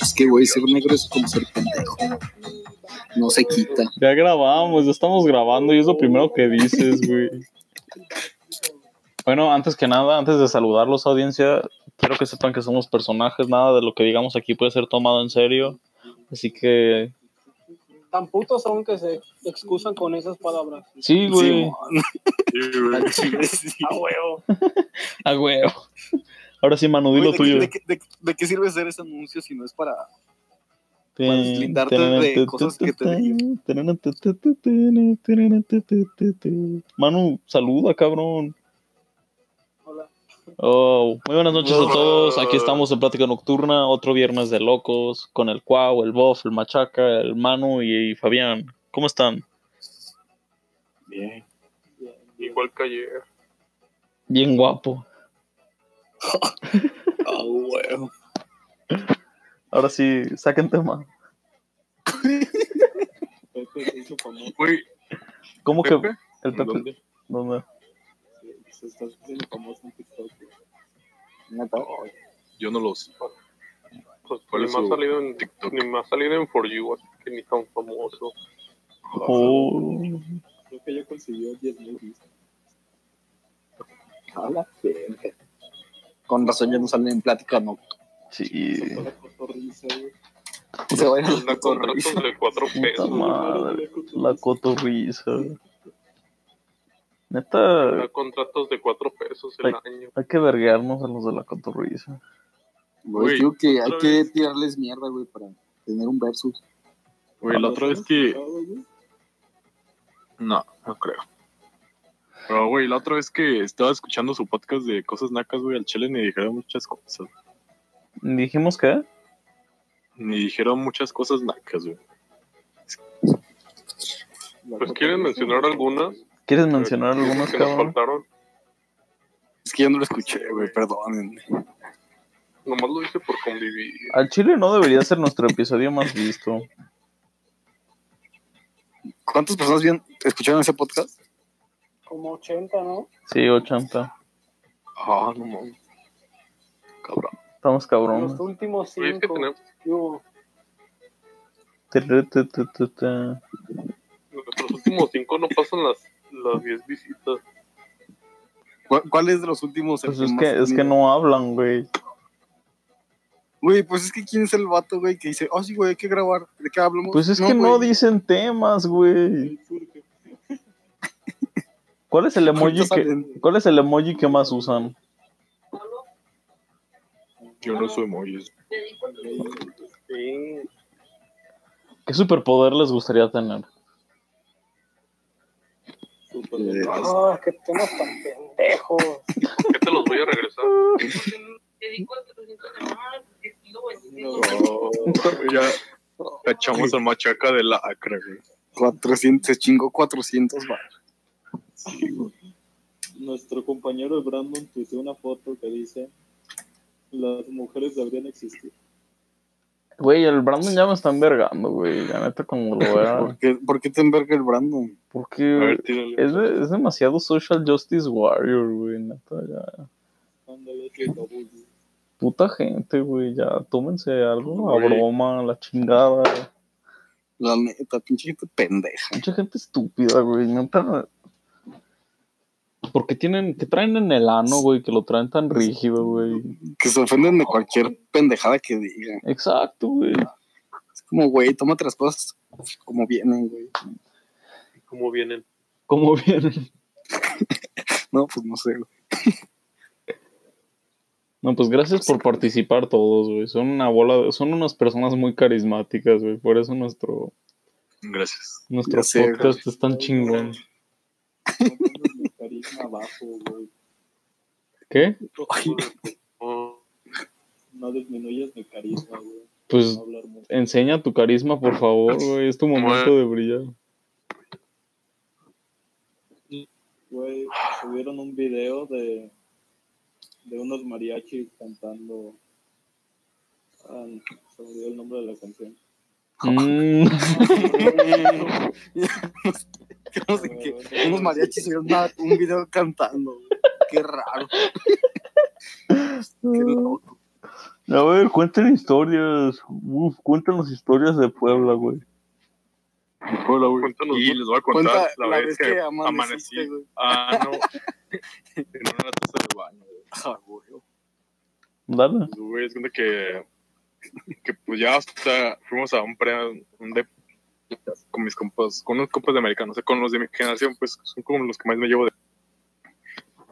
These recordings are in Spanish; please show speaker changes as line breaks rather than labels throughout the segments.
Es que, güey, ser negro es como ser pendejo. No se quita.
Ya grabamos, ya estamos grabando y es lo primero que dices, güey. Bueno, antes que nada, antes de saludarlos, audiencia, quiero que sepan que somos personajes. Nada de lo que digamos aquí puede ser tomado en serio. Así que.
Tan putos son que se excusan con esas palabras.
Sí, güey.
Al chile, sí.
Ah,
A huevo.
A huevo. Ahora sí, Manu, di
Güey,
lo
¿de,
tuyo.
Qué, de qué- de qué- de qué sirve hacer ese anuncio si no es para.
Tin,
deslindarte
tin,
de
tin,
cosas
tin,
que te
tin, tin, tin, tin, tin, tin, tin, tin, tin, tin. Manu, saluda, cabrón.
Hola.
Oh, muy buenas noches a todos. Aquí estamos en Plática Nocturna, otro viernes de locos, con el Cuau, el Bof, el Machaca, el Manu y, Fabián. ¿Cómo están?
Bien.
Igual que ayer.
Bien guapo.
Ah, huevo.
Ahora sí, saquen tema.
Pepe se hizo famoso.
Güey,
¿Cómo que
Pepe,
el Pepe?
¿dónde?
¿Dónde?
Se está haciendo famoso en TikTok.
Neta.
Yo no lo sé.
Pues,
¿Cuál
ni,
es
me ha
su
salido en,
TikTok?
ni me ha salido en For You, así que ni tan famoso.
Oh,
Creo que ya consiguió 10 mil vistas. Habla.
Verga. Con razón ya no salen en plática, no.
sí.
Se fue la cotorriza, güey.
Se va a ir a la
Una contratos de cuatro
Puta
pesos.
madre. La cotorriza. Neta,
Una contratos de cuatro pesos el año.
Hay que verguearnos a los de la cotorriza.
Güey,
Güey,
digo que hay
otra
que
vez.
tirarles mierda, güey, para tener un versus.
Güey, la otra vez que. No, no creo. Pero, güey, la otra vez que estaba escuchando su podcast de cosas nacas, güey, al chile ni dijeron muchas cosas.
¿Dijimos qué?
Ni dijeron muchas cosas nacas, güey.
Pues quieren mencionar algunas.
¿Quieres mencionar
Eh,
algunas,
que nos
cabrón?
faltaron.
Es que yo no lo escuché, güey, perdónenme.
Nomás lo hice por convivir.
Al Chile no debería ser nuestro episodio más visto.
¿Cuántas personas bien escucharon ese podcast?
Como 80, ¿no?
Sí, 80.
Ah, no mames. Cabrón.
Estamos cabrones.
Los últimos
Güey, es que
5.
tenemos
Tru, tu, tu, tu, tu.
nuestros últimos cinco no pasan las las 10 visitas.
¿Cuál, cuál es de los últimos? el
Pues es
más
que, es
tenido?
que no hablan, güey.
Güey, pues es que quién es el vato, güey, que dice, oh sí, güey, hay que grabar, ¿de qué hablamos?
Pues es que no
güey.
dicen temas, güey. ¿Cuál es el emoji
Ahorita
que,
salen.
cuál es el emoji que más usan?
Yo no soy este, emojis.
Sí.
¿Qué superpoder les gustaría tener?
Eh,
Ah, que temas tan pendejos.
¿Qué te los voy a regresar?
ya cachamos al machaca de la acra, güey.
400, se chingó 400, va.
Nuestro compañero Brandon puso una foto que dice las mujeres deberían existir.
Güey, el Brandon ya me está envergando, güey. La neta, como lo vea.
¿Por qué, por qué te enverga el Brandon?
A
Porque
ver, tírale.
es, de- es demasiado social justice warrior, güey. Neta, ya.
Ándale, que lo bully.
Puta gente, güey, ya tómense algo a
Güey.
broma, la chingada.
La neta, pinche gente pendeja.
Mucha gente estúpida, güey, neta. ¿Por qué tienen, qué traen en el ano, güey, que lo traen tan rígido, güey?
Que se ofenden de cualquier pendejada que digan.
Exacto, güey.
Es como, güey, tómate las cosas como vienen, güey.
Eh.
¿Cómo vienen?
¿Cómo vienen?
No, pues no sé, güey.
No, pues gracias por participar todos, güey. Son una bola, de- son unas personas muy carismáticas, güey. Por eso nuestro,
Gracias.
nuestro
Ya sé,
podcast es tan chingón.
No pongas mi carisma abajo, güey.
¿Qué? Ah,
Oh,
No disminuyas mi carisma, güey.
Pues
No hablar mucho.
enseña tu carisma, por favor, güey. Es tu momento de brillar.
Güey, subieron un video de, de unos mariachis cantando. Ah, no, se me olvidó el nombre de la canción.
Mm,
No sé qué. Unos mariachis subieron una- un video cantando. Qué raro. Qué loco.
a ver, cuenten historias. Uf, cuéntanos historias de Puebla, güey.
Hola, güey.
Cuéntanos,
Y
güey.
les voy a contar
Cuenta
la, vez, que, amanecí.
amaneciste, güey.
Ah, no. en una taza de baño. güey.
Ah, güey.
Dale.
Pues, Güey, es cuenta que, que pues ya hasta fuimos a un pre un de con mis compas, con unos compas de americanos, o sea, con los de mi generación, pues son como los que más me llevo de.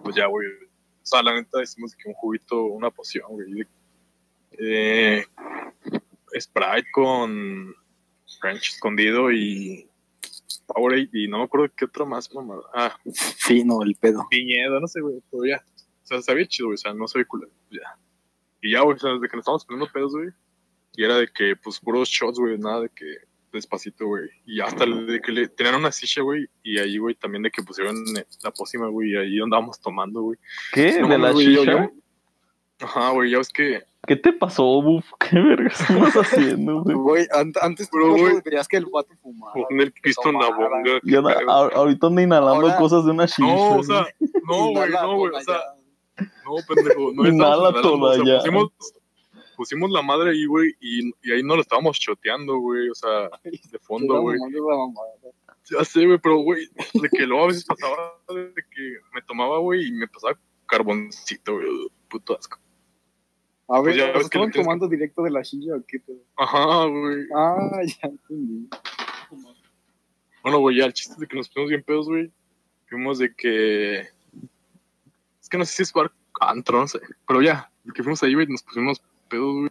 Pues ya, güey. O sea, la neta hicimos que un juguito, una poción, güey. Eh, Sprite con French escondido y Powerade y no me acuerdo qué otra más, mamada. Ah,
Fino el pedo.
viñedo, no sé, güey, pero ya. O sea, sabía chido, güey, o sea, no sabía culero, ya. Y ya, güey, o sea, desde que nos estábamos poniendo pedos, güey. Y era de que, pues, puros shots, güey, nada de que despacito, güey. Y hasta de que le tenían una silla, güey, y ahí, güey, también de que pusieron eh, la pócima, güey, y ahí andábamos tomando, güey.
¿Qué?
No
¿De la
mames, güey, yo-
chicha?
yo- Ajá, güey, ya ves que.
¿Qué te pasó, Buf? ¿Qué vergas estás haciendo, güey?
Güey, an- antes
Pero,
tú
güey.
veías que el vato fumaba.
con el pisto en la
tomada,
bonga.
Y ahora-
que-
ahor- ahorita anda inhalando
Ahora-
cosas de una chicha.
No, o sea, no,
Y da
güey,
la
no, güey, o
bola
sea.
ya.
No, pendejo, no
Inhala
estábamos inhalando, o
toda
sea,
ya.
pusimos, pusimos la madre ahí, güey, y, y ahí no lo estábamos choteando, güey, o sea, de fondo,
Era
güey.
mamando la mamada.
Ya sé, güey, pero, güey, de que luego a veces pasaba, de que me tomaba, güey, y me pasaba carboncito, güey, puto asco.
A ver,
Pues ya
¿nos
ves que le
estaban
tienes-
tomando directo de la silla o qué pedo?
Ajá, güey.
Ah, ya entendí.
Bueno, güey, ya el chiste es de que nos pusimos bien pedos, güey. Fuimos de que. Es que no sé si es bar antro, no sé. Pero ya, de que fuimos ahí, güey, nos pusimos pedos, güey.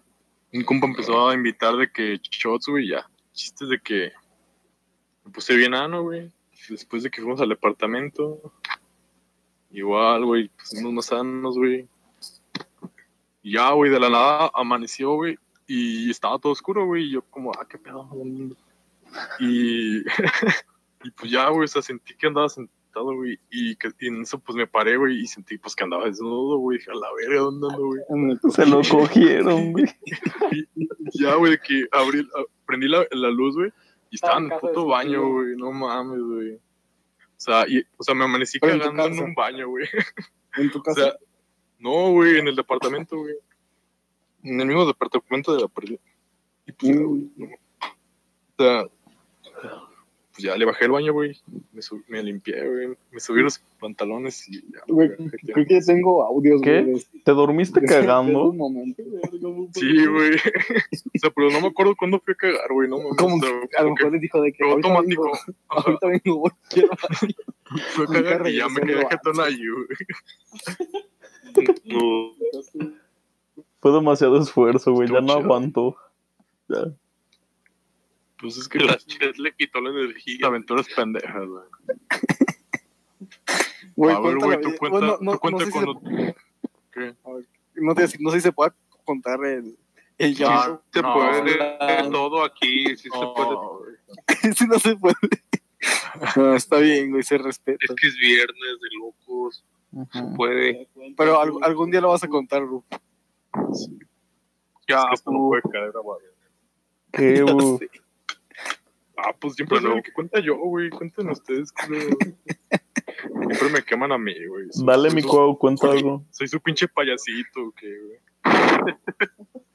Un compa empezó a invitar de que shots, güey, ya. Chistes de que. Me puse bien ano, güey. Después de que fuimos al departamento. Igual, güey, pusimos más sanos, güey. Y ya, güey, de la nada amaneció, güey. Y estaba todo oscuro, güey. Y yo, como, ah, qué pedo, güey. Y, y pues ya, güey, o sea, sentí que andaba sentado, güey. Y, que- y en eso, pues me paré, güey, y sentí pues que andaba desnudo, güey. Dije, a la verga, ¿dónde ando, güey?
Se lo cogieron, güey.
Ya, güey, de que abrí, a- prendí la, la luz, güey,
Ah,
y estaba en el
casa
puto
de
baño,
Sofía.
güey. No mames, güey. O sea, y, o sea, me amanecí
Pero en tu
cagando en,
casa.
un baño, güey.
En tu
O
casa.
sea, no, güey, en el departamento, güey. En el mismo departamento de la perdida. Y pues,
Mm.
ya, güey, no mames. o sea, pues ya le bajé el baño, güey. Me, sub- me limpié, güey. Me subí los pantalones y ya.
Güey,
güey, ya.
creo que tengo audios,
¿Qué?
güey. de- de-
¿Te dormiste
de- de
cagando?
un momento.
Sí, güey. O sea, pero no me acuerdo cuándo fui a cagar, güey. No mames.
Como
o sea,
A lo
como que
mejor les dijo de que
fue
ahorita
automático.
vengo, ahorita vengo, güey, quiero
Fue a cagar y ya me
Nunca
quedé
regresé
jetón ahí, güey.
No,
Fue demasiado esfuerzo, güey. Ya
Estuvo
no
chido.
aguantó. Ya.
Pues es que
que la chat le quitó la
la
energía.
aventura es pendeja, güey.
Güey,
a ver,
cuéntala,
güey, tú
güey.
cuenta,
Bueno, no,
tú cuenta
no sé si
con
se-
lo- ¿Qué?
no te- no sé si se puede contar el, el
Ah,
llanto.
se
No,
puede
la-
todo aquí, sí se
No,
puede.
güey.
si no se puede. No, está bien, güey, se respeta.
pues.
Es que es viernes de locos, puede.
Pero al- algún día lo vas a contar, Ru.
Ya,
Es que esto no
pu-
puede caer grabado.
Qué,
Ya
güey.
sé.
Ah, pues siempre
Pero-
soy el que cuenta yo, güey. Cuenten ustedes, culero. Siempre me queman a mí, güey. Soy-
Dale,
soy
mi
su-
cuau, cuenta algo.
Soy su pinche payasito, que, güey.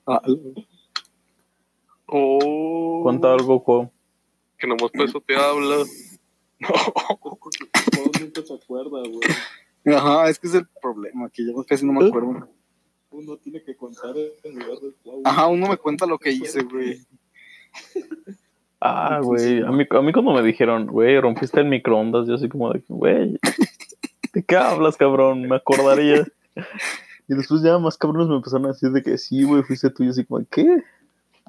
Ah,
Oh,
Cuenta algo, cuau.
que nomás por eso te habla.
Todo nunca se acuerda, güey.
Ajá, es que es el problema, que yo casi no
¿Eh?
me acuerdo.
Uno tiene que contar en lugar del clavo.
Ajá, uno me cuenta lo que hice, güey.
Ah, güey. A mí, a mí cuando me dijeron, güey, rompiste el microondas, yo así como de, güey, ¿de qué hablas, cabrón? Me acordaría. Y después ya más cabrones me empezaron a decir de que sí, güey, fuiste tú. Y yo así como, ¿qué?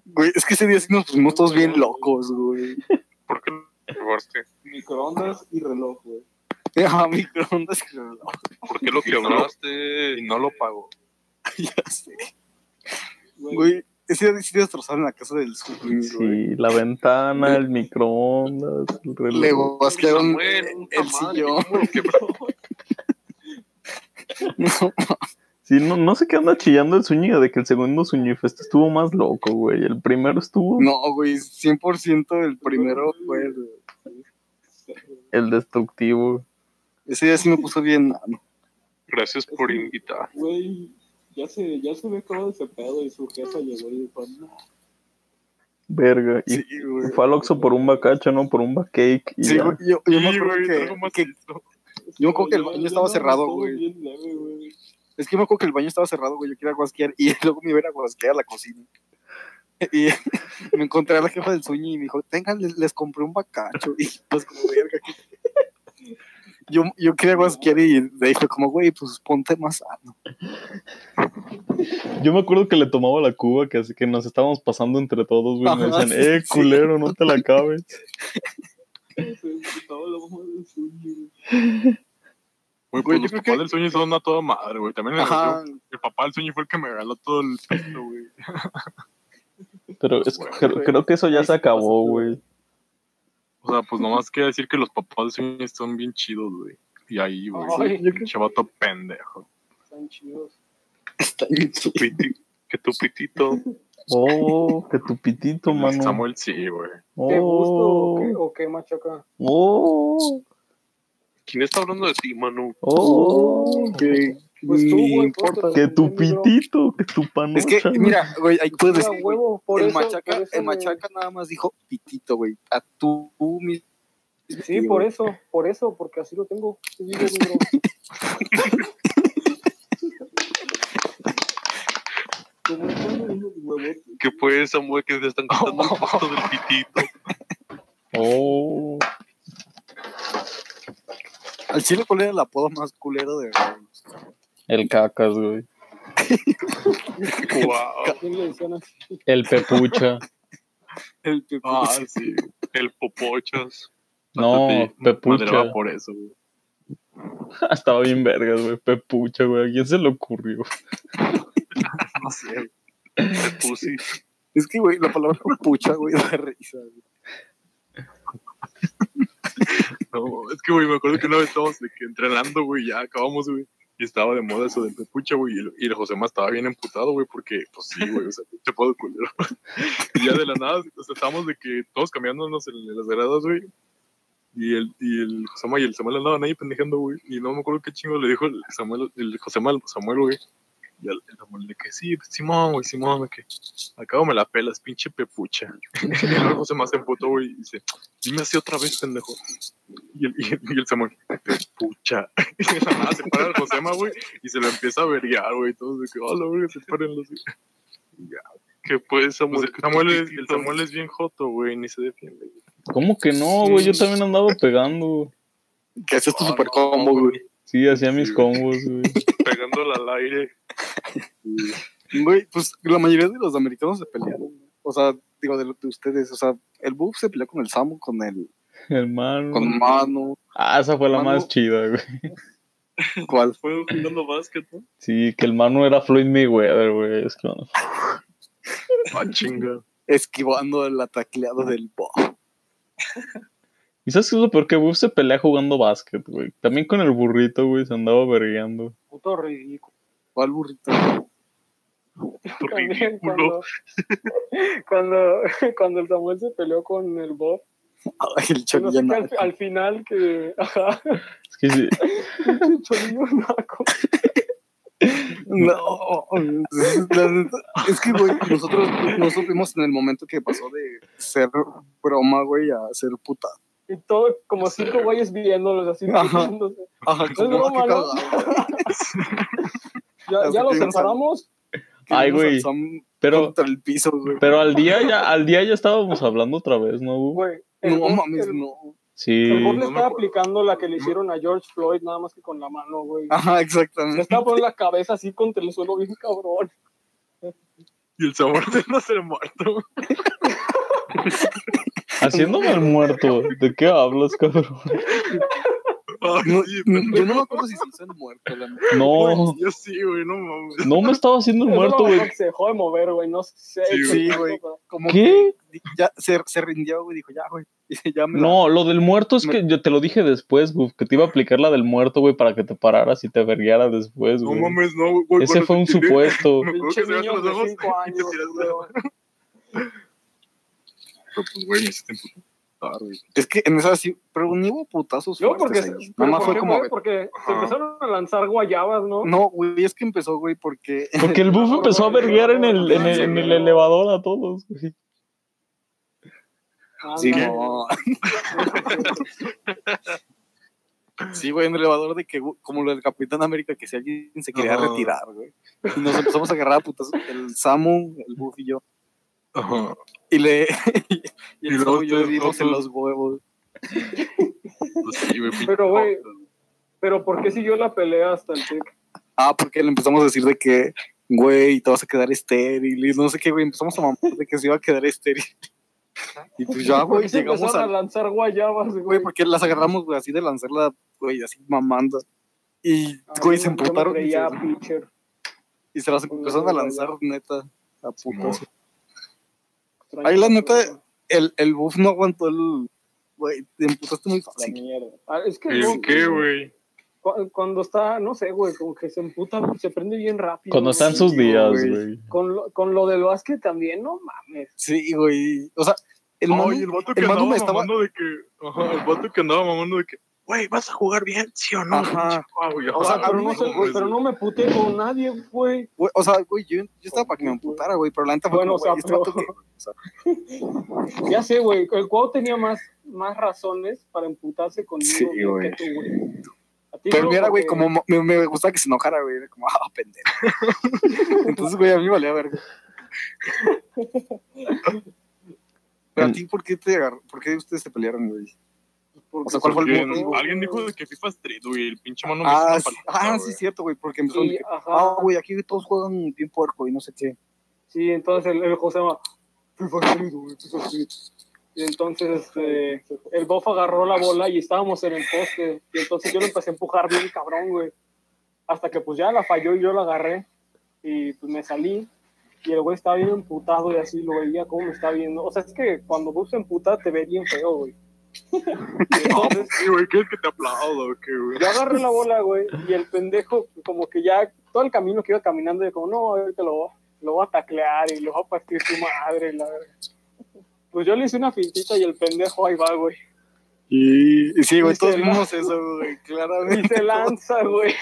Güey, es que ese día sí nos pusimos todos bien locos, güey.
¿Por qué lo robaste?
Microondas y reloj, güey.
Ajá, microondas que reloj,
¿Por qué lo
Y no lo-
quebraste?
Y no lo pago.
ya sé. Güey, ese día sí destrozaron la casa del sur, güey.
Sí, la ventana, el microondas, el reloj.
Le basquearon
Samuel, puta
el
madre,
sillón.
¿cómo lo quebraste?
No,
Sí, no, no sé qué anda chillando el Zúñiga de que el segundo Zúñifest estuvo más loco, güey. El primero estuvo
No, güey, 100% el primero fue el-
el destructivo.
Ese día sí me puso bien nano.
Gracias por invitar.
Güey, ya se, ya se ve acabado ese pedo y su jefa llegó y dijo, no,
Verga. Y
Sí, güey.
fue al Oxxo por un bacacho, ¿no? Por un bacake. Y
Sí,
ya.
güey, yo, yo me
Sí,
acuerdo
güey,
que,
algo más
que-
listo.
Yo creo que el baño estaba
andaba
cerrado,
todo
güey.
bien leve, güey.
Es que yo me acuerdo que el baño estaba cerrado, güey. Yo quería guasquear y luego me iba a ir a guasquear a la cocina. Y me encontré a la jefa del sueño y me dijo, tengan, les, les compré un bacacho. Y pues como, verga, ¿qué? Yo, yo quería guasquear y le dije como, güey, pues ponte más sano.
Yo me acuerdo que le tomaba la cuba, que así que nos estábamos pasando entre todos, güey. y Me
Ajá,
decían,
sí,
eh,
sí.
culero, no te la acabes.
Se escuchaba la voz del Zuni, güey.
Güey,
Güey, pues
yo
los
creo
papás
que-
del sueño son a toda madre, güey. También el,
Ajá,
el papá del sueño fue el que me regaló todo el pesto, güey.
Pero es que creo, creo que eso ya se acabó, güey.
O sea, pues nomás quería decir que los papás del sueño son bien chidos, güey. Y ahí, güey,
Ay, yo creo-
chavato pendejo.
Están chidos.
está bien chido.
Piti- Que tu pitito.
Oh, que tu pitito, mano.
Samuel, sí, güey.
¿Qué gusto o
Oh,
qué, o qué machaca?
oh,
¿Quién está hablando de ti, Manu?
oh.
Que-
Pues tú,
ni
güey,
importa.
ponte-
Que tu pitito, que tu panocha.
Es que, mira, güey, ahí puedes
Mira,
decir, güey,
huevo, por
el
eso,
machaca,
por eso
el
me-
machaca nada más dijo pitito, güey. A tú, tú mi-
Sí, por eso, por eso, porque así lo tengo. Sí, digo, güey, bro.
Como ponen unos huevotes.
¿Qué fue esa mujer que te están cantando el gusto del pitito?
Oh.
Al chile, ¿cuál era el apodo más culero de
El cacas, güey.
¡Wow!
¿Quién le decían así?
El pepucha.
El
Ah, sí.
El popochas.
No,
Hasta te madreaba
pepucha.
por eso, güey.
Estaba bien vergas, güey. Pepucha, güey. ¿A quién se le ocurrió?
No sé, güey.
El pussy.
Es que, güey, la palabra pucha, güey, da risa. güey.
No, es que, güey, me acuerdo que una vez estábamos de que entrenando, güey, ya acabamos, güey. Y estaba de moda eso del pepucha, güey. Y el, y el Josemá estaba bien emputado, güey, porque, pues sí, güey, o sea, pinche puedo culero. Y ya de la nada, o sea, estábamos de que todos cambiándonos en, en las gradas, güey. Y el, y el Josemá y el Samuel andaban ahí pendejando, güey. Y no me acuerdo qué chingo le dijo el Samuel, el Josemá al Samuel, güey. Y al- el Samuel de que sí, Simón, güey, Simón, de que acabo me la pelas, pinche pepucha. Y el Josemá se emputó, güey, y dice, dime así otra vez, pendejo. Y el, y el, y el Samuel, pucha. Y de la nada se para el Josema, güey, y se lo empieza a verguear, güey. y Todos de que, hola, güey, se paren los.
¿Qué fue esa
Pues
mujer
el Samuel, es, el Samuel es bien joto, güey, ni se defiende. güey.
¿Cómo que no, güey? Yo también andaba pegando.
Que haces
Ah,
tu super combo, güey.
Sí, hacía mis combos, güey.
pegándola al aire?
Güey, pues la mayoría de los americanos se pelearon. güey. O sea, digo, de, lo- de ustedes, o sea, el Buff se peleó con el Samu, con el
Hermano.
Mm.
con Manu,
Ah, esa fue la
Manu.
más chida, güey.
¿cuál?
Fue jugando básquet, ¿no?
Sí, que el mano era Floyd Mayweather, güey. Es que,
Ah, chinga.
Esquivando la tacleada del Buff.
¿Y sabes qué es lo peor? Que Buff se pelea jugando básquet, güey. También con el burrito, güey, se andaba vergueando.
Puto ridículo.
¿Cuál burrito?
También
Ridículo.
Cuando, cuando, cuando el Samuel se peleó con el Bob.
Ay, el
No
Cholilla
sé qué,
Naco.
al, al final que. Ajá,
Es que sí,
el cholillo naco. Oh,
No, la neta, es que, güey, nosotros no supimos en el momento que pasó de ser broma, güey, a ser puta.
Y todo, como cinco güeyes viéndolos así.
Ajá.
riéndose.
Ajá, como
broma,
que
¿no?
cagado.
Ya,
Hasta
ya los
que vimos al-
separamos.
Que
Ay,
vimos al
güey,
Sam
Pero,
contra el piso, güey.
pero al día ya, al día ya estábamos hablando otra vez, ¿no, Buff?
Güey, el
No
Bob-
mames,
el-
no.
Sí.
El Bob le
no me
estaba
acuerdo.
aplicando la que le hicieron a George Floyd, nada más que con la mano, güey.
Ah,
Ajá,
Le
exactamente.
estaba poniendo la cabeza así contra el suelo, bien cabrón.
Y el Samuel de no ser muerto.
Haciéndome el muerto. ¿De qué hablas, cabrón?
Ay,
No,
sí,
yo no me acuerdo si se hizo el muerto, la neta.
No,
Yo sí, güey, no mames.
no me estaba haciendo el
Eso
muerto,
lo-
güey.
lo que Se dejó de mover, güey. No sé.
Sí,
qué
güey.
pasó, pero-
Como
¿Qué?
que di- ya se, se rindió, güey, dijo, ya, güey, ya me la-
No, lo del muerto es que yo te lo dije después, buf, que te iba a aplicar la del muerto, güey, para que te pararas y te verguiara después,
No
güey.
mames, no, güey.
Ese fue un
supuesto.
supuesto.
Me acuerdo que
Pinche
se
niño
los
de
ojos.
cinco
y
años,
te tiras de-
weón.
Pero pues, güey, me hiciste emputar, güey.
Es que en esa sí, pero ni hubo putazos.
Yo porque,
fuertes
Este,
pero
ahí. Nada más
¿por
fue
qué,
como.
güey? porque se
Ajá.
empezaron a lanzar guayabas, ¿no?
No, güey, es que empezó, güey, porque.
Porque el buf empezó a verguiar en el, en el, en el elevador a todos, güey.
Ah,
Sí,
no.
no. Sí, güey, en el elevador de que, como lo del Capitán América, que si alguien se quería
Ajá.
retirar, güey. Y nos empezamos a agarrar a putazos, el Samu, el Buff y yo.
Ajá.
Y le. y el
Y luego
Samu y yo
ustedes
dimos en
locos.
los huevos.
Pues sí, güey. pinche
Pero, güey,
tonto.
Pero ¿por qué siguió la pelea hasta el tiempo?
Ah, porque le empezamos a decir de que, güey, te vas a quedar estéril. Y no sé qué, güey, empezamos a mamar de que se iba a quedar estéril. Y pues ya, güey,
se
llegamos
empezaron
a
a lanzar guayabas,
güey,
güey.
porque las agarramos, güey, así de lanzarla, güey, así mamando. Y, güey, se
Ay, no, Ah, yo me
emputaron y
creía
se,
pitcher.
y se las empezaron a lanzar, neta, a putas.
Extraño.
Ahí, la neta, el, el buff no aguantó el. Güey, te emputaste muy
La
fácil.
mierda.
Ah, Es que
¿En
no,
qué, güey?
cu- cuando está, no sé, güey, como que se emputa, se prende bien rápido.
Cuando están
güey.
sus días,
güey.
güey.
Con lo, con lo del básquet también, no mames.
Sí, güey. O sea, el
Ay,
mando,
el vato que
el mando
andaba
me estaba.
mamando de que. Ajá, el vato que andaba mamando de que. Güey, vas a jugar bien, ¿sí o no?
Ajá.
Ah, güey,
O sea,
ajá,
pero,
a mí
no,
me-
sé, güey, pero no me puteé con nadie, güey.
güey, o sea, güey, yo, yo estaba para que me emputara, güey, pero la neta fue como,
Bueno, o sea,
güey, este vato
pero-
que- o sea,
Ya sé, güey, el Cuau tenía más, más razones para emputarse conmigo
Sí,
güey,
güey.
que tú, güey. A ti
Pero
no,
mira, güey,
porque-
como mo- me, me gustaba que se enojara, güey, era como, ah, pendejo. Entonces, güey, a mí me valía verga. Pero a ti, ¿por qué te agarró? ¿Por qué ustedes se pelearon, güey?
porque
o sea, ¿cuál fue el
porque-
Alguien-
motivo?
Alguien dijo de que FIFA Street, güey, el pinche mano me hizo
ah,
una
sí,
paleta,
ah,
güey.
sí, cierto, güey, porque empezó
Sí,
a
ajá.
ah, güey, aquí todos juegan bien puerco y no sé qué.
Sí, entonces el, el José va,
Pues,
FIFA Street, güey, FIFA Street". Y entonces este, el Bof agarró la bola y estábamos en el poste. Y entonces yo lo empecé a empujar bien cabrón, güey. Hasta que pues ya la falló y yo la agarré. Y pues me salí. Y el güey estaba bien emputado y así lo veía como me está viendo. O sea, es que cuando vos se emputa te ve bien feo, güey. Y entonces
Sí, güey, ¿quieres que te aplaudo o qué, güey?
yo agarré la bola, güey, y el pendejo, como que ya todo el camino que iba caminando, yo como, no, ahorita lo, voy- lo voy a taclear y lo voy a partir su madre, la verdad. Pues yo le hice una fintita y el pendejo ahí va, güey.
Y, y sí, güey,
Y
todos
se
vimos eso, güey,
Y
claramente.
se lanza, güey.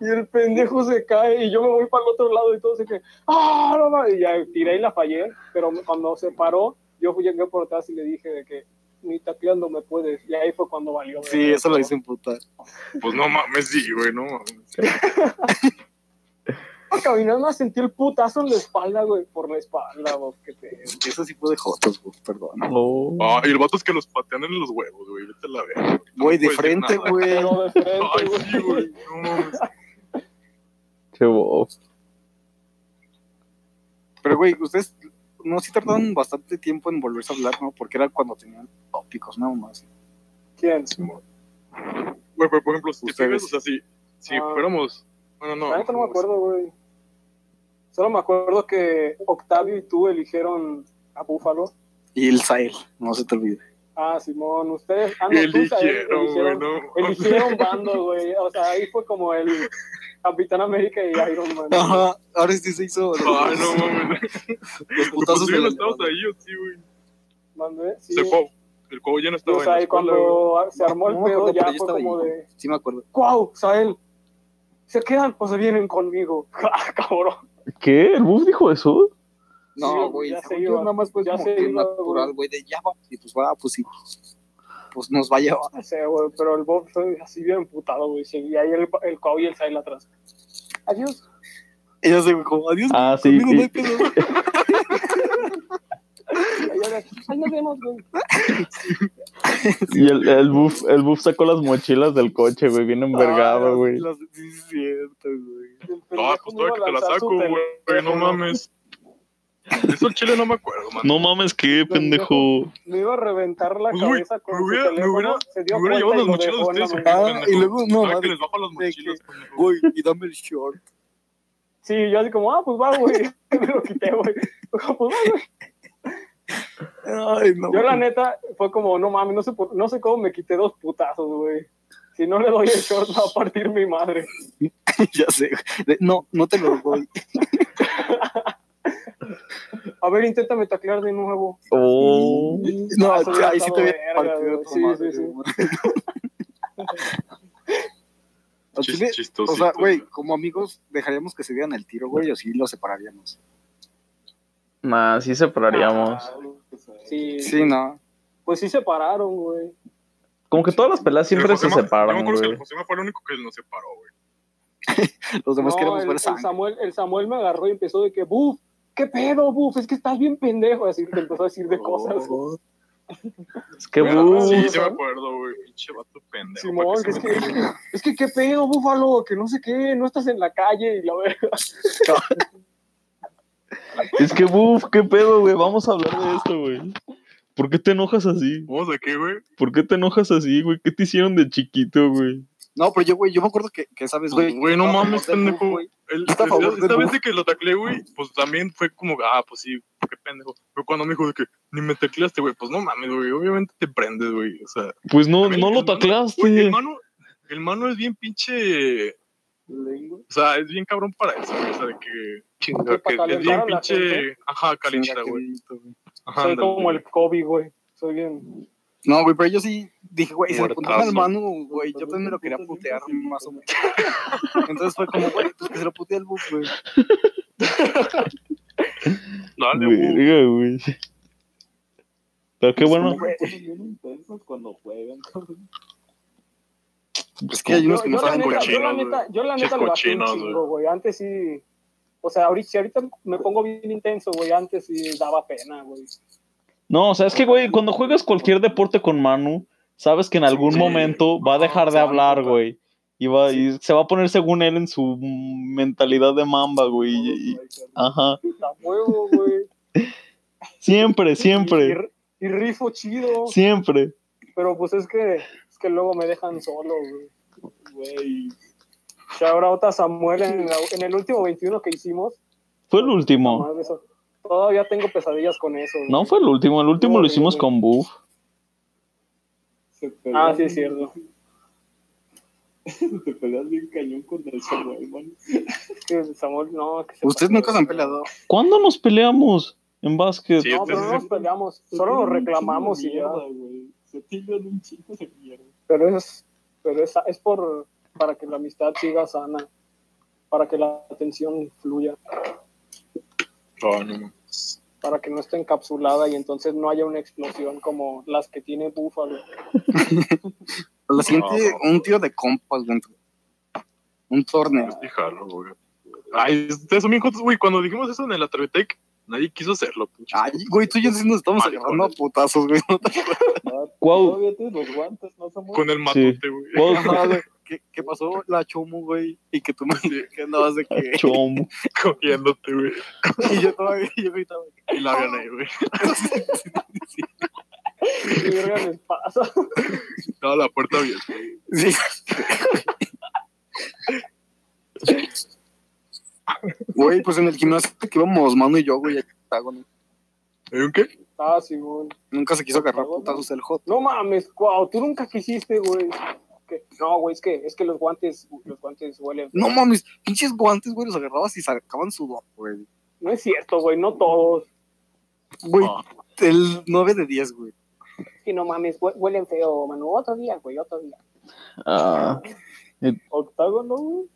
Y el pendejo se cae y yo me voy para el otro lado y todo se que, ah, no, mames", y ya tiré y la fallé, pero cuando se paró, yo fui llegué por atrás y le dije de que ni tacleando me puedes. Y ahí fue cuando valió.
Sí, eso lo hice emputar.
Pues no mames, sí, güey, no mames.
Caminando sentí el putazo en la espalda, güey, por la espalda, güey, que te...
Eso sí fue de jotos, güey, perdón.
Oh.
Ah, y el vato es que los patean en los huevos, güey, vete a la verga.
Güey, Pues de
puedes decir
frente,
nada.
güey.
Pero de frente,
Ay,
güey.
sí, güey, no mames.
Che, bof.
Pero, güey, ustedes no sí tardaron bastante tiempo en volverse a hablar, ¿no? Porque era cuando tenían tópicos, nada más.
¿Quién?
Güey, pero por ejemplo, si te
Ustedes.
fijas, o sea, si, si
Ah.
fuéramos. Bueno, no.
La neta no me acuerdo, güey. Solo me acuerdo que Octavio y tú eligieron a Búfalo.
Y el Sael, no se te olvide.
Ah, Simón, ustedes... Ah, no, tú, Sael,
Eligieron, güey,
eligieron,
no.
eligieron bando, güey. O sea, ahí fue como el Capitán América y Iron Man.
Ajá, ahora sí se hizo.
Ay, Ah, no mames.
Los
Pues
putazos
tú ya
del
no estabas
elevador.
ahí, o sí, güey.
Mandé, sí.
Se fue. El cobo ya no estaba Ah,
o sea,
en la
ahí
escuela, güey.
cuando se armó el
No me
pedo
acuerdo,
ya
pero yo
fue
estaba
como
ahí.
de...
Sí, me acuerdo.
¡Guau, Sael! ¿Se quedan o se vienen conmigo? ¡Ah, cabrón!
¿Qué? ¿El buf dijo eso?
No, güey,
ya
según
se
yo
iba.
nada más fue
Ya
como
se
que
iba,
natural, güey, de ya va. Y pues, va, pues sí. Pues nos va a llevar.
No sé, güey, pero el Bob fue así bien emputado, güey. sí, Y ahí el, el Kau y el Sail atrás. Adiós.
Ella se fue como, adiós,
Ah, sí.
conmigo no hay
y-
pedo.
Ahí ahora, ahí nos vemos, güey.
Y, el, el, buf, el buf sacó las mochilas del coche, güey, bien
Ah,
envergado, güey.
las- Sí, es cierto, güey.
El
Ah,
pendejo
pues
me iba
todavía
a
que te la
lanzar su
saco, güey.
teléfono.
No mames. Eso el chile no me acuerdo, man.
No mames, qué pendejo.
Me iba a reventar la
Uy,
cabeza con
Pues,
su
me hubiera- me
teléfono.
hubiera-
se
Me
dio
hubiera llevado
cuenta
las
y lo
mochilas de
dejó en la
ustedes,
mano.
Ah, y luego, no,
Ahora
madre,
que les bajo las
de
mochilas, pendejo.
Güey, y dame el short.
Sí, yo así como, ah, pues va, güey. Me lo quité, güey. Pues va, güey.
Ay, no.
Yo la
güey.
neta fue como, no mames, no sé, por- no sé cómo me quité dos putazos, güey. Si no le doy el short, va a partir mi madre.
ya sé. güey. De- No, no te lo doy.
A ver, inténtame taclear de nuevo.
Oh.
No,
Ah, soy
ahí sí te
atado
había
verga,
partido
güey.
tu
Sí,
madre,
sí, sí.
güey. Al
Chis-
chile,
chistosito.
O sea, güey, como amigos, dejaríamos que se dieran el tiro, güey, o sí los separaríamos.
Nah, sí separaríamos.
Ah, pues, eh,
Sí,
Sí, no.
Pues sí se pararon, güey.
Como que todas las peleas siempre
El
se
Josema- Yo me
separan,
acuerdo que el
güey.
Josema fue el único que nos separó, güey.
Los demás
No,
queremos
el,
ver
el
sangre.
Samuel, el Samuel me agarró y empezó de que, buf, ¿qué pedo, buf? Es que estás bien pendejo. Así te empezó a decir de cosas.
Oh.
Es que,
Bueno,
uh,
Sí, sí me acuerdo, güey. Pinche vato pendejo.
Simón,
para que
es
se
que,
me-
es que, ¿qué pedo, búfalo? Que no sé qué, no estás en la calle y la verga.
es que, buf, qué pedo, güey. Vamos a hablar de esto, güey. ¿Por qué te enojas así?
¿Vamos a qué, güey?
¿Por qué te enojas así, güey? ¿Qué te hicieron de chiquito, güey?
No, pero yo, güey, yo me acuerdo que, que sabes, güey.
Güey, no mames,
del
pendejo.
Buff, güey.
El,
Está a
el-
favor
esta
del
vez
buf.
de que lo tacleé, güey, pues también fue como, ah, pues sí, qué pendejo. Pero cuando me dijo de que ni me tecleaste, güey, pues no mames, güey, obviamente te prendes, güey. O sea,
Pues no,
También
no
el
lo
mano- güey,
taclaste.
el mano, el mano es bien pinche,
lengua.
o sea, es bien cabrón para eso, güey, o sea, de que
Chinga, que
Pa'
es
calentar
bien
a la gente.
pinche, ajá,
Chinga,
calinchita,
qué
güey.
bonito, güey.
Ajá,
Soy
ándale,
como
güey.
el Kobe, güey. Soy bien.
No, güey, pero yo sí dije, güey, se me
Muertazo.
encontró un hermano, güey. Yo también me lo quería putear más o menos. Entonces fue como, güey, pues que se lo putea el buff, güey.
Dale, güey.
Verga, güey. Pero qué bueno.
Son cosas bien intensas cuando juegan. cabrón.
Es que hay unos que no
yo, la
saben
neta, yo la
cochinos,
neta, yo la
Pinches
neta lo bajé un
cochinos,
chingo, güey. Antes sí. O sea, ahorita, si ahorita me pongo bien intenso, güey. Antes sí daba pena, güey.
No, o sea, es que, güey, cuando juegas cualquier deporte con Manu, sabes que en algún
Sí.
momento va a dejar de
se va a
hablar,
emputar.
güey. Y, va, y se va a poner según él en su mm, mentalidad de mamba, güey. y- y- ajá.
La huevo, güey.
Siempre,
Y,
siempre,
r- y rifo chido.
siempre.
Pero pues es que, es que luego me dejan solo, güey.
Güey,
Shout out a Samuel en, la- en el último 21 que hicimos.
Fue el último.
Más de eso. Todavía tengo pesadillas con eso. güey.
No fue el último, el último lo hicimos con Buff.
se pelean
Ah, sí, es
bien-
cierto.
Te peleas bien cañón contra el Samuel, man.
Que Samuel, no, que se
Ustedes
pasó,
nunca se han
güey.
peleado.
¿Cuándo nos peleamos en básquet?
Sí, este
No, pero no nos peleamos, solo nos reclamamos y ya.
Se tiran un chico de mierda.
Pero es, pero es, es por, para que la amistad siga sana, para que la atención fluya,
No, no, no.
para que no esté encapsulada y entonces no haya una explosión como las que tiene Búfalo.
A la siguiente,
No.
un tío de compas, güey. Un torneo.
Pues déjalo, güey. Ay, ustedes son bien jotos, güey, cuando dijimos eso en el Atrevetec, nadie quiso hacerlo, pinche.
Ay, güey, tú y yo sí nos estamos
Maricones.
agarrando a putazos, güey. No te
Cuau,
Todavía tienes los guantes, ¿no, Samuel?
Con el matote, güey.
cuau,
Ajá, güey, que, que pasó la chomo, güey, y que tú me que andabas de que...
chomo.
Cogiéndote, güey.
Y yo todavía, yo gritaba,
Y la gané, güey.
¿Qué verga les pasa?
Estaba la puerta abierta.
sí. Güey, pues en el gimnasio que íbamos Manu y yo, güey, a Octágono,
¿Hay un qué?
Ah, sí, güey.
nunca se quiso agarrar a putazos el hot.
No mames, wow, tú nunca quisiste, güey. Que- No, güey, es que, es que los guantes, los guantes huelen.
No mames, pinches guantes, güey, los agarrabas y sacaban sudor, güey.
No es cierto, güey, no todos.
Güey,
Ah.
el 9 de 10, güey.
Que no mames, hue- huelen feo, Manu. Otro día, güey, otro día.
Ah,
Octágono, güey.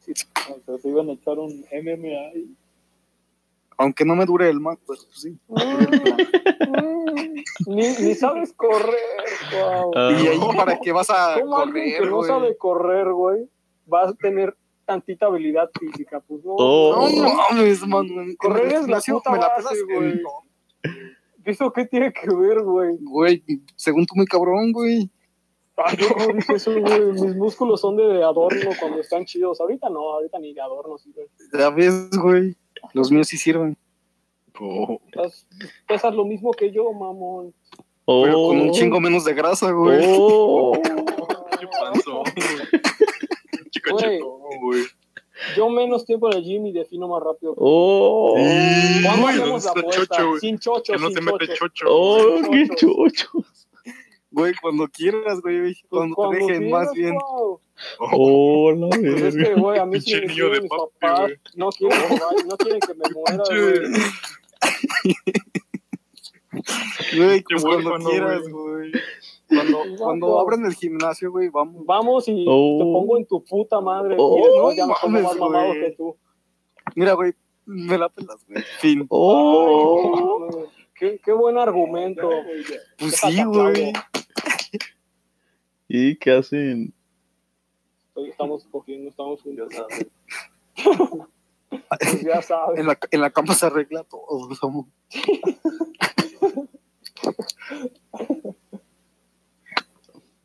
O sea, se iban a echar un MMA y
Aunque no me dure el más, pues sí.
Mm, ni, ni sabes correr, wow.
ah,
Y ahí, ¿para qué vas a
¿Cómo alguien que
correr,
no
güey?
sabe correr, güey, vas a tener tantita habilidad física? Pues no.
Oh.
No mames, Manu. en-
Correr
en el
es la
gimnasio
puta
me la
base,
pelas,
güey.
güey.
¿Eso qué tiene que ver, güey?
Güey, según tú, muy cabrón, güey.
Ah, yo no dije eso, güey. Mis músculos son de adorno cuando están chidos. Ahorita no, ahorita ni de adorno. sí, güey.
Ya ves, güey. Los míos sí sirven.
Oh.
Estás- pesas lo mismo que yo, mamón.
Pero con un
oh,
chingo menos de grasa, güey.
oh.
¿Qué pasó, güey? Chica
Güey.
chetón, güey.
Yo menos tiempo en el gym y defino más rápido.
Oh,
Y-
¿Cuándo
Uy, ¿dónde
hacemos la
está
vuelta?
Chocho, güey?
sin chocho,
Que no
sin
se
chocho.
mete chocho.
oh, qué chocho.
Güey, cuando quieras, güey. Cuando,
Pues Cuando
te dejen,
quieras,
más bien.
wow.
Oh,
Oh, la
Pues es
verga.
que, güey, a mí sí
Pinche
me
niño de
mis
papi,
papás.
güey.
No quieren, que vaya- no quieren que me muera,
pinche-
güey.
Güey,
Qué
pues cuando
huérfano,
quieras, güey. Cuando,
No,
cuando
no.
abran el gimnasio, güey, vamos.
Vamos y
Oh.
te pongo en tu puta madre.
Oh,
y después ya me pongo
mames,
más mamado
güey.
que tú.
Mira, güey, me la pelas, güey. Fin.
Oh,
Ay, qué, qué buen argumento.
Pues
Déjate
sí,
aplaudo.
güey.
y qué hacen.
Hoy estamos cogiendo, estamos juntos. Pues ya sabes.
En la, en la cama se arregla todo, güey, somos-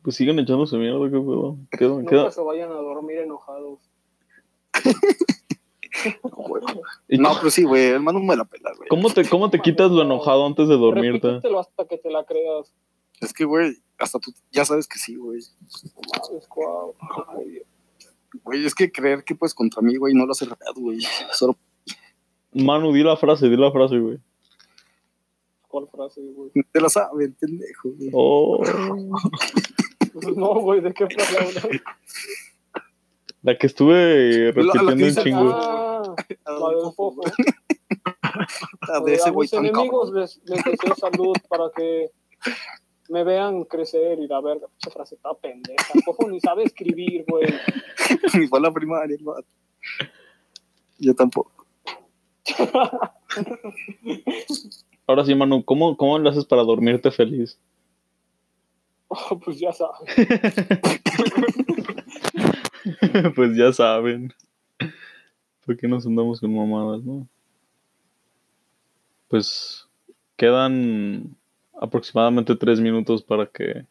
Pues sigan echando su mierda, qué pedo. Quedan,
Nunca
quedan.
se vayan a dormir enojados.
¿Y
No, pero sí, güey, hermano me la pela, güey.
¿Cómo te, ¿Cómo te quitas lo enojado antes de dormirte?
Repítetelo hasta que te la creas.
Es que, güey, hasta tú ya sabes que sí, güey.
No mames, guau. Ay, Dios.
Güey, es que creer que pues contra mí, güey, no lo hace realidad, güey. Solo
Manu, di la frase, di la frase, güey.
¿Cuál frase, güey?
te la saben, pendejo, güey.
Oh,
No, güey, ¿de qué frase hablas?
la que estuve
La- la que
repitiendo un
dice-
chingo.
Ah, la del fofo.
La de ese
Eh, a
güey
mis
tan
enemigos
cabrón.
les, les deseo salud para que me vean crecer y la verga. Esa frase está pendeja. Fofo ni sabe escribir, güey.
Ni fue a la primaria, el vato. Yo tampoco.
Ahora sí, Manu, ¿cómo, ¿cómo le haces para dormirte feliz?
Oh, pues ya sabes.
pues ya saben. ¿Por qué nos andamos con mamadas, no? Pues quedan aproximadamente tres minutos para que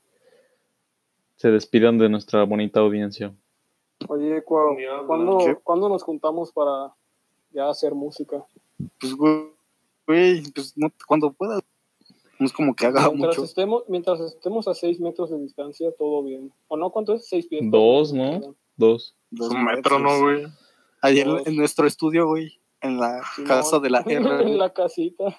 se despidan de nuestra bonita audiencia.
Oye, Cuau, ¿cuándo,
¿Qué?
¿cuándo nos juntamos para ya hacer música?
Pues, güey, güey, pues no, cuando puedas. No es como que haga
Mientras
Ah, mucho.
estemos, mientras estemos a 6 metros de distancia, todo bien. ¿O no? ¿Cuánto es? 6 pies.
Dos, ¿no? Dos.
dos
Es Pues un metro,
metros.
¿no, güey?
Ahí en,
Dos.
en nuestro estudio, güey, en la
Simón.
casa de la
en
R.
la casita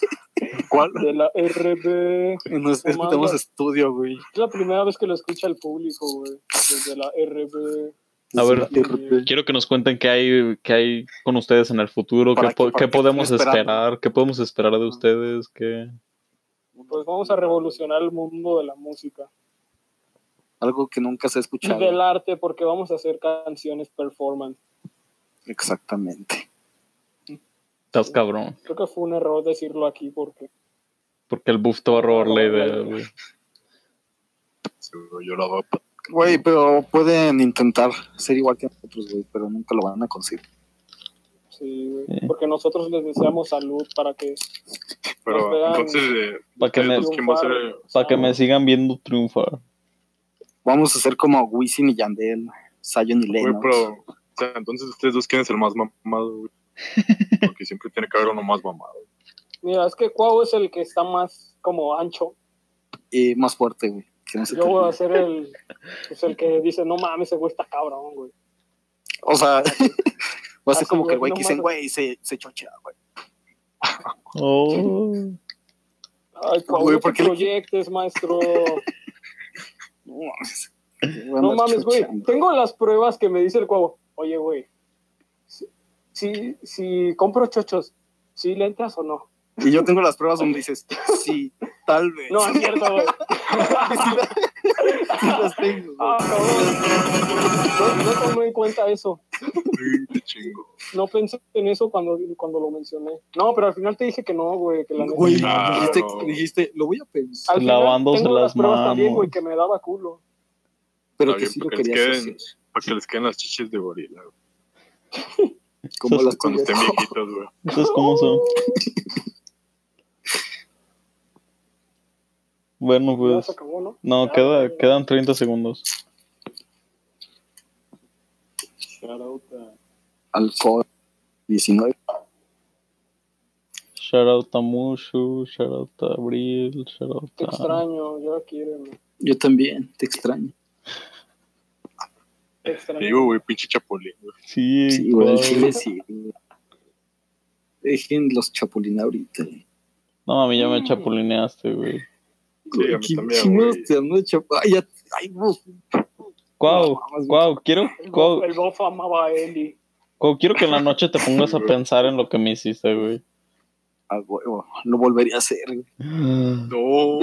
¿Cuál?
de la RB.
En nuestro,
Tomando.
tenemos estudio, güey.
Es la primera vez que lo escucha el público, güey. Desde la RB.
A ver,
RP.
Quiero que nos cuenten qué hay, qué hay con ustedes en el futuro, qué,
Para
po-
que- para
qué
que
podemos
estén esperando.
esperar, qué podemos esperar de ustedes, qué...
Pues vamos a revolucionar el mundo de la música
algo que nunca se ha
y
escuchado.
del arte, porque vamos a hacer canciones performance.
Exactamente.
Estás cabrón,
Creo que fue un error decirlo aquí, porque
porque el buff te va a robar la idea, güey.
Sí, güey, Yo lo hago.
Güey, pero pueden intentar ser igual que nosotros, güey, pero nunca lo van a conseguir.
sí, güey.
Sí.
porque nosotros les deseamos salud para que Nos
Pero
vean.
entonces, eh,
Para que me,
Pues, ¿quién va a ser el-
para que me sigan viendo triunfar.
Vamos a ser como Wisin y Yandel, Zion y
güey,
Lennox.
pero. O sea, entonces ustedes dos quieren ser el más mamado, güey. Porque siempre tiene que haber uno más mamado.
Mira, es que Cuau es el que está más como ancho.
Y más fuerte, güey. que no se
Yo voy a
termine.
ser el, pues, el que dice, no mames, ese güey está cabrón, güey.
O sea, va a ser
Así,
como que el güey
güey, no
que dicen,
mames.
güey, se, se chochea, güey.
Oh,
Ay, Cuau,
Güey,
no
¿por
te
qué le-
proyectes, maestro.
No mames. Voy a
No
andar
mames, güey.
chocheando.
Tengo las pruebas que me dice el Cuau. Oye, güey, si, si, si compro chochos, ¿sí le entras o no?
Y yo tengo las pruebas donde dices, sí, tal vez.
No, es cierto, güey.
Sí las tengo, güey.
Ah, cabrón. No, no tomé en cuenta eso.
Sí, qué chingo.
No pensé en eso cuando, cuando lo mencioné. No, pero al final te dije que no, güey. Que la neta-
Güey,
Claro.
dijiste, dijiste, lo voy a pensar.
Al final
Lavándose
tengo
las
pruebas también,
manos.
güey, que me daba culo.
Pero
Está
que
bien,
sí lo
porque les
quería
queden-
hacer.
Para que les queden las chichis de gorila, güey.
Como
Esas-
las
Cuando
tuyas.
estén viejitos, güey.
¿Ustedes cómo son? Bueno,
Ya se
pues...
acabó, ¿no?
No, queda, quedan 30 segundos.
Shout out a
Alcohol 19.
Shout out a Mushu, shout out a Abril, shout out
Te
a...
extraño, ya quieren.
Yo también, te extraño.
Extra.
Te digo, güey, pinche chapulín, güey.
Sí,
Sí, güey, al
claro.
chile sí, güey. Dejen los chapulín ahorita, güey.
No, a mí ya me chapulineaste, güey.
Sí, a mí
¿Qué
también,
chingados
güey.
te ando de chapulín? Ay, ya, ay, no.
Cuau, cuau, quiero,
El
cuau,
Bofa, el Bofa amaba a Eli.
cuau, quiero que en la noche te pongas a
güey.
pensar en lo que me hiciste, güey.
Ah, huevo, lo volvería a hacer, güey.
No,